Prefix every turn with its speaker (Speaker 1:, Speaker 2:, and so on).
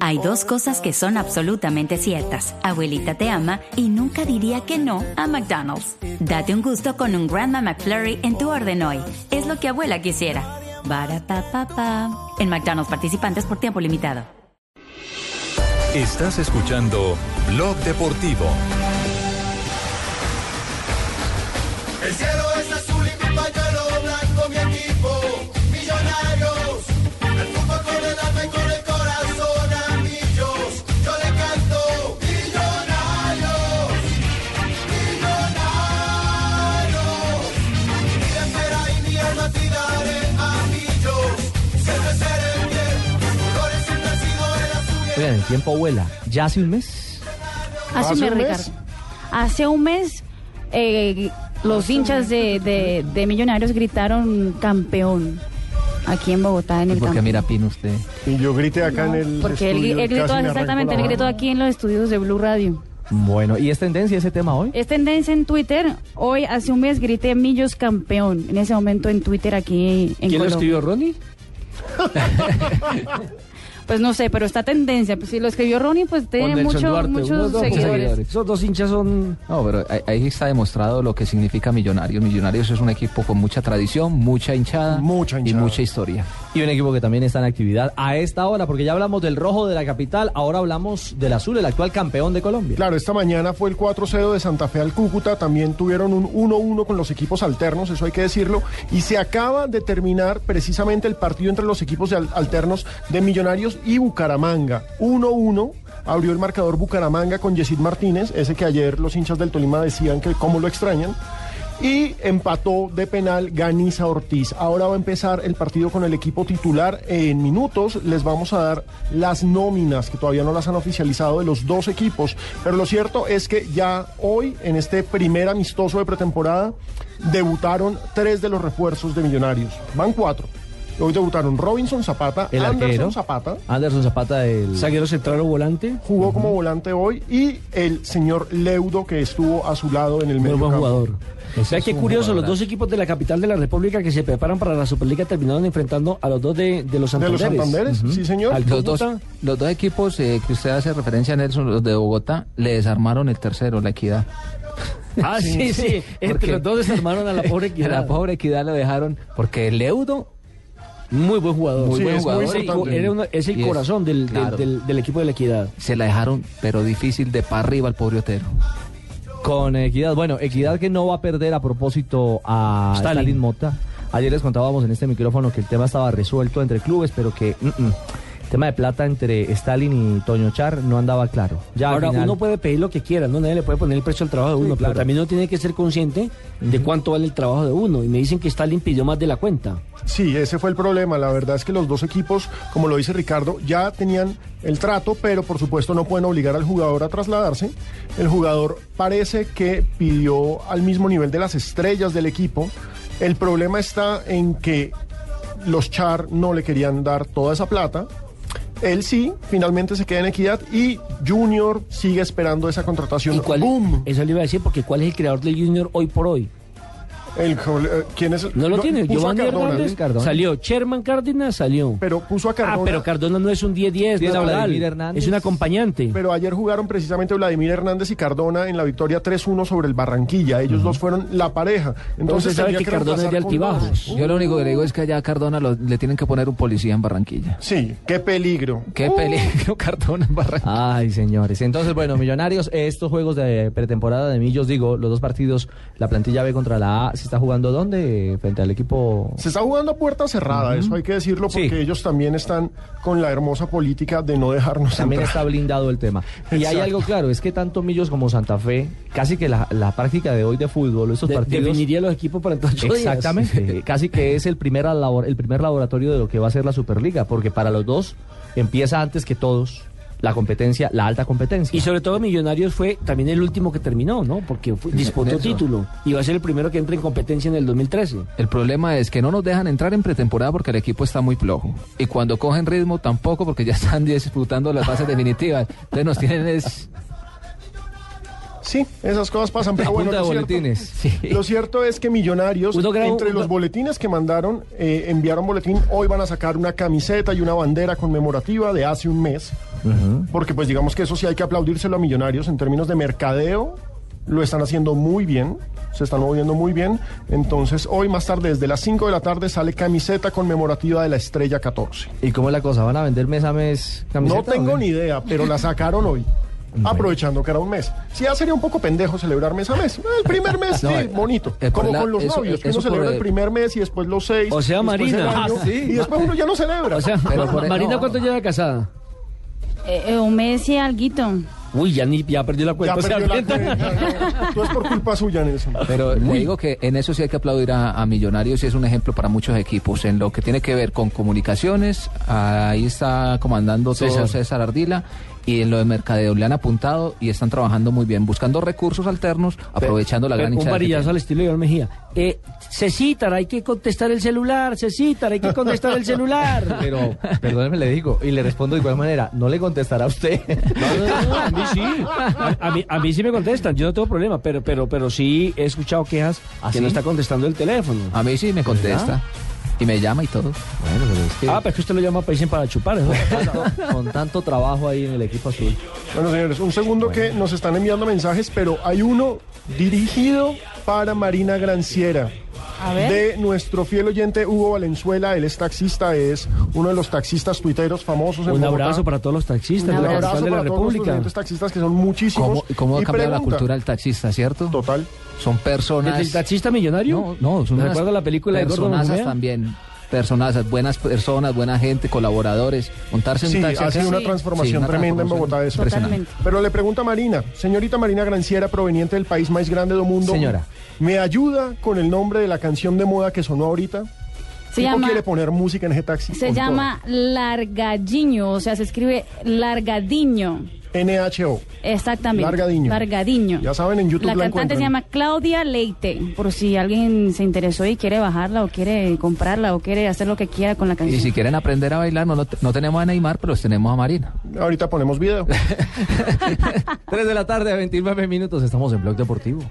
Speaker 1: Hay dos cosas que son absolutamente ciertas. Abuelita te ama y nunca diría que no a McDonald's. Date un gusto con un Grandma McFlurry en tu orden hoy. Es lo que abuela quisiera. Barapapapa. En McDonald's participantes por tiempo limitado.
Speaker 2: Estás escuchando Blog Deportivo.
Speaker 3: El cielo es azul y mi pañuelo blanco, mi equipo, millonarios. Al fútbol con el alma y con el corazón a millos. Yo le canto, millonarios, millonarios. Mi vida entera y mi alma te daré a millos. Siempre seré fiel, tus colores siempre han sido el azul. y el
Speaker 4: Oigan, el tiempo vuela. ¿Ya hace un mes?
Speaker 5: Hace un mes, Ricardo. Hace un mes, eh, los hinchas de, de- de Millonarios gritaron campeón aquí en Bogotá, en el
Speaker 4: Porque
Speaker 5: campo.
Speaker 4: mira, Pino, usted.
Speaker 6: Y yo grité acá en el.
Speaker 5: Porque él,
Speaker 6: estudio,
Speaker 5: él
Speaker 6: casi
Speaker 5: gritó,
Speaker 6: me arranco
Speaker 5: exactamente,
Speaker 6: la
Speaker 5: él
Speaker 6: mano.
Speaker 5: gritó aquí en los estudios de Blue Radio.
Speaker 4: Bueno, ¿y es tendencia ese tema hoy?
Speaker 5: Es tendencia en Twitter. Hoy, hace un mes, grité Millos campeón. En ese momento en Twitter aquí en
Speaker 7: ¿Quién lo
Speaker 5: Colombia.
Speaker 7: escribió, Ronnie?
Speaker 5: Pues no sé, pero está tendencia. Pues si lo escribió Ronnie, pues tiene
Speaker 7: Nelson
Speaker 5: mucho-
Speaker 7: Duarte, unos
Speaker 5: muchos
Speaker 7: dos, muchos
Speaker 5: seguidores.
Speaker 7: seguidores.
Speaker 4: Esos dos hinchas son... No, pero ahí- ahí está demostrado lo que significa Millonarios. Millonarios es un equipo con mucha tradición, mucha hinchada,
Speaker 6: Mucha hinchada.
Speaker 4: y mucha historia.
Speaker 8: Y un equipo que también está en actividad a esta hora, porque ya hablamos del rojo de la capital, ahora hablamos del azul, el actual campeón de Colombia.
Speaker 6: Claro, esta mañana fue el 4-0 de Santa Fe al Cúcuta, también tuvieron un 1-1 con los equipos alternos, eso hay que decirlo, y se acaba de terminar precisamente el partido entre los equipos de al- alternos de Millonarios y Bucaramanga. 1-1 abrió el marcador Bucaramanga con Yesid Martínez, ese que ayer los hinchas del Tolima decían que cómo lo extrañan. Y empató de penal Ganisa Ortiz. Ahora va a empezar el partido con el equipo titular. En minutos les vamos a dar las nóminas, que todavía no las han oficializado, de los dos equipos. Pero lo cierto es que ya hoy, en este primer amistoso de pretemporada, debutaron tres de los refuerzos de Millonarios. Van cuatro. Hoy debutaron Robinson Zapata,
Speaker 8: El
Speaker 6: Anderson
Speaker 8: arquero.
Speaker 6: Zapata,
Speaker 8: Anderson Zapata del...
Speaker 7: Zaguero central o volante.
Speaker 6: jugó como volante hoy, y el señor Leudo, que estuvo a su lado en el
Speaker 7: Muy
Speaker 6: medio
Speaker 7: buen
Speaker 6: campo.
Speaker 7: jugador. O sea,
Speaker 4: es
Speaker 7: qué
Speaker 4: un
Speaker 7: curioso, los
Speaker 4: jugadorazo.
Speaker 7: dos equipos de la capital de la República que se preparan para la Superliga terminaron enfrentando a los dos de, de los
Speaker 6: De los
Speaker 7: Santanderes.
Speaker 6: Santanderes, sí señor.
Speaker 7: Al-
Speaker 4: Los dos,
Speaker 7: Cúcuta.
Speaker 4: los dos equipos eh, que usted hace referencia, Nelson, los de Bogotá, le desarmaron el tercero, la equidad.
Speaker 7: Ah, sí, sí. Entre
Speaker 4: Porque-
Speaker 7: los dos desarmaron a la pobre
Speaker 4: A
Speaker 7: Equidad.
Speaker 4: la pobre equidad lo dejaron porque el Eudo
Speaker 7: Muy buen jugador.
Speaker 4: Muy Sí, buen es muy jugador. importante.
Speaker 7: Era una- es el
Speaker 4: Y es-
Speaker 7: corazón del, del-
Speaker 4: claro.
Speaker 7: del- del equipo de la Equidad.
Speaker 4: se la dejaron, pero difícil, de para arriba al pobre Otero.
Speaker 8: Con Equidad. Bueno, Equidad que no va a perder a propósito a
Speaker 7: Stalin.
Speaker 8: Stalin, Mota. Ayer les contábamos en este micrófono que el tema estaba resuelto entre clubes, pero que mm, mm, el tema de plata entre Stalin y Toño Char no andaba claro. Ya al
Speaker 7: Ahora,
Speaker 8: final-
Speaker 7: uno puede pedir lo que quiera, ¿no? Nadie le puede poner el precio al trabajo de
Speaker 8: Sí,
Speaker 7: uno, pero
Speaker 8: claro.
Speaker 7: también uno tiene que ser consciente de cuánto vale el trabajo de uno. Y me dicen que Stalin pidió más de la cuenta.
Speaker 6: Sí, ese fue el problema. La verdad es que los dos equipos, como lo dice Ricardo, ya tenían el trato, pero por supuesto no pueden obligar al jugador a trasladarse. El jugador parece que pidió al mismo nivel de las estrellas del equipo. El problema está en que los Char no le querían dar toda esa plata. Él sí, finalmente se queda en equidad y Junior sigue esperando esa contratación.
Speaker 7: ¿Y cuál,
Speaker 6: ¡Boom!
Speaker 7: Eso le iba a decir, porque ¿cuál es el creador del Junior hoy por hoy?
Speaker 6: El jol- eh, ¿Quién es el-
Speaker 7: No lo
Speaker 6: no,
Speaker 7: tiene.
Speaker 6: puso a
Speaker 7: Giovanni
Speaker 6: Cardona,
Speaker 7: Hernández
Speaker 8: Luis Cardona.
Speaker 7: salió. Sherman Cárdenas salió.
Speaker 6: Pero puso a Cardona.
Speaker 7: Ah, pero Cardona no es un 10-10,
Speaker 8: Tiene a
Speaker 7: natural.
Speaker 8: Vladimir Hernández.
Speaker 7: es un acompañante.
Speaker 6: Pero ayer jugaron precisamente Vladimir Hernández y Cardona en la victoria 3-1 sobre el Barranquilla. Ellos dos fueron la pareja. Entonces,
Speaker 7: Entonces sabe
Speaker 6: tendría
Speaker 7: que Cardona es de
Speaker 6: reemplazar con
Speaker 7: altibajos.
Speaker 6: dos.
Speaker 4: Yo lo único que le digo es que allá a Cardona lo- le tienen que poner un policía en Barranquilla.
Speaker 6: Sí, qué peligro.
Speaker 4: Qué peligro, Cardona en Barranquilla.
Speaker 8: Ay, señores. Entonces, bueno, Millonarios, estos juegos de pretemporada de Millos, digo, los dos partidos, la plantilla B contra la A, ¿se está jugando dónde? Frente al equipo.
Speaker 6: Se está jugando a puerta cerrada, eso hay que decirlo, porque
Speaker 8: Sí.
Speaker 6: ellos también están con la hermosa política de no dejarnos
Speaker 8: También
Speaker 6: entrar.
Speaker 8: está blindado el tema. Y hay
Speaker 6: Exacto.
Speaker 8: algo claro, es que tanto Millos como Santa Fe, casi que la, la práctica de hoy de fútbol, esos
Speaker 7: De-
Speaker 8: partidos.
Speaker 7: definiría los equipos para entonces.
Speaker 8: Exactamente. casi que es el primer, labor- el primer laboratorio de lo que va a ser la Superliga, porque para los dos empieza antes que todos la competencia, la alta competencia.
Speaker 7: Y sobre todo Millonarios fue también el último que terminó, ¿no? Porque fue- disputó
Speaker 4: Nelson.
Speaker 7: título y va a ser el primero que entre en competencia en el 2013.
Speaker 4: El problema es que no nos dejan entrar en pretemporada porque el equipo está muy flojo. Y cuando cogen ritmo tampoco porque ya están disputando las fases definitivas. Entonces nos tienen es...
Speaker 6: Sí, esas cosas pasan. Pero
Speaker 8: La
Speaker 6: bueno,
Speaker 8: punta de
Speaker 6: lo cierto-
Speaker 8: boletines.
Speaker 4: Sí.
Speaker 6: Lo cierto es que Millonarios,
Speaker 7: Uno graba-
Speaker 6: entre
Speaker 7: uno-
Speaker 6: los boletines que mandaron, eh, enviaron boletín, hoy van a sacar una camiseta y una bandera conmemorativa de hace un mes. Porque pues digamos que eso sí hay que aplaudírselo a Millonarios en términos de mercadeo. Lo están haciendo muy bien, se están moviendo muy bien. Entonces, hoy más tarde, desde las 5 de la tarde, sale camiseta conmemorativa de la Estrella 14.
Speaker 8: ¿Y cómo es la cosa? ¿Van a vender mes a mes camiseta?
Speaker 6: No tengo
Speaker 8: o
Speaker 6: ni
Speaker 8: qué?
Speaker 6: idea, pero la sacaron hoy. Aprovechando que era un mes. Si ya sería un poco pendejo celebrar mes a mes. El primer mes,
Speaker 4: No,
Speaker 6: sí,
Speaker 4: eh,
Speaker 6: bonito.
Speaker 4: eh,
Speaker 6: como
Speaker 4: la-
Speaker 6: con los
Speaker 4: eso-
Speaker 6: novios, que
Speaker 4: eso
Speaker 6: uno celebra
Speaker 4: por,
Speaker 6: el
Speaker 4: eh,
Speaker 6: primer mes y después los seis.
Speaker 7: O sea,
Speaker 6: después el
Speaker 7: Marina.
Speaker 6: año,
Speaker 7: Ah, sí.
Speaker 6: Y después uno ya no celebra.
Speaker 7: O sea,
Speaker 4: Pero por-
Speaker 7: Marina,
Speaker 4: no.
Speaker 7: ¿cuánto lleva de casada?
Speaker 5: Eh, eh, un mes y alguito.
Speaker 7: Uy, ya, ni, ya perdió la
Speaker 6: ya
Speaker 7: cuenta. ¿se
Speaker 6: perdió la
Speaker 7: da cuenta?
Speaker 6: cuenta. Tú es por culpa suya, Nelson.
Speaker 4: Pero le digo que en eso sí hay que aplaudir a, a Millonarios y es un ejemplo para muchos equipos. En lo que tiene que ver con comunicaciones, ahí está comandando todo
Speaker 7: César.
Speaker 4: César, Ardila. Y en lo de mercadeo le han apuntado y están trabajando muy bien, buscando recursos alternos, aprovechando la
Speaker 7: Pero
Speaker 4: gran
Speaker 7: Un
Speaker 4: hinchada que
Speaker 7: varillazo al
Speaker 4: tiene.
Speaker 7: estilo de Iván Mejía. Eh, Cecitar, hay que contestar el celular. Cecitar, hay que contestar el celular.
Speaker 8: Pero, perdóneme, le digo, y le respondo de igual manera, no le contestará a usted.
Speaker 7: a mí sí. A, a mí, a mí sí me contestan. Yo no tengo problema, pero, pero, pero sí he escuchado quejas
Speaker 4: ¿Ah,
Speaker 7: que
Speaker 4: sí?
Speaker 7: no está contestando el teléfono.
Speaker 4: A mí sí me contesta y me llama y todo.
Speaker 8: Bueno, pero es que
Speaker 7: Ah, pero es que usted lo llama paísen para chupar. ¿no?
Speaker 8: tanto- con tanto trabajo ahí en el equipo azul.
Speaker 6: Bueno, señores, un segundo que nos están enviando mensajes, pero hay uno dirigido para Marina Granciera.
Speaker 5: A ver.
Speaker 6: De nuestro fiel oyente Hugo Valenzuela, él es taxista, es uno de los taxistas tuiteros famosos en
Speaker 7: Un
Speaker 6: Bogotá.
Speaker 7: abrazo para todos los
Speaker 5: Un
Speaker 7: taxistas de la
Speaker 6: Un
Speaker 7: capital
Speaker 6: abrazo
Speaker 7: de la
Speaker 6: para todos los
Speaker 7: República.
Speaker 6: estudiantes taxistas que son muchísimos.
Speaker 4: ¿Cómo, cómo ha
Speaker 6: Y
Speaker 4: cambiado la
Speaker 6: pregunta,
Speaker 4: cultura del taxista, cierto?
Speaker 6: Total.
Speaker 4: Son personas.
Speaker 7: ¿Desde el taxista millonario?
Speaker 4: No, no, son
Speaker 7: ¿Me
Speaker 4: unas
Speaker 7: recuerda la película de Gordo
Speaker 4: personazas
Speaker 7: Benjumea?
Speaker 4: también. Personas, buenas personas, buena gente, colaboradores. Montarse en
Speaker 6: Sí,
Speaker 4: un taxi
Speaker 6: ha
Speaker 4: acá-
Speaker 6: sido una
Speaker 4: Sí,
Speaker 6: transformación
Speaker 4: una
Speaker 6: tremenda en
Speaker 4: transformación
Speaker 6: Bogotá eso.
Speaker 4: impresionante.
Speaker 5: Totalmente.
Speaker 6: Pero le pregunta a Marina, señorita Marina Granciera, proveniente del país más grande del mundo.
Speaker 8: Señora.
Speaker 6: ¿Me ayuda con el nombre de la canción de moda que sonó ahorita?
Speaker 5: Se
Speaker 6: Tipo,
Speaker 5: llama,
Speaker 6: quiere poner música en ese taxi?
Speaker 5: se
Speaker 6: con
Speaker 5: llama Largadiño, o sea, se escribe Largadiño.
Speaker 6: todo. NHO.
Speaker 5: Exactamente.
Speaker 6: Largadiño.
Speaker 5: Largadiño.
Speaker 6: Ya saben, en YouTube
Speaker 5: La,
Speaker 6: la
Speaker 5: cantante
Speaker 6: encuentran.
Speaker 5: se llama Claudia Leite, por si alguien se interesó y quiere bajarla o quiere comprarla o quiere hacer lo que quiera con la
Speaker 4: Y
Speaker 5: canción.
Speaker 4: si quieren aprender a bailar, no, lo te- no tenemos a Neymar, pero los tenemos a Marina.
Speaker 6: Ahorita ponemos video.
Speaker 8: 3 de la tarde, 29 minutos, estamos en Blog Deportivo.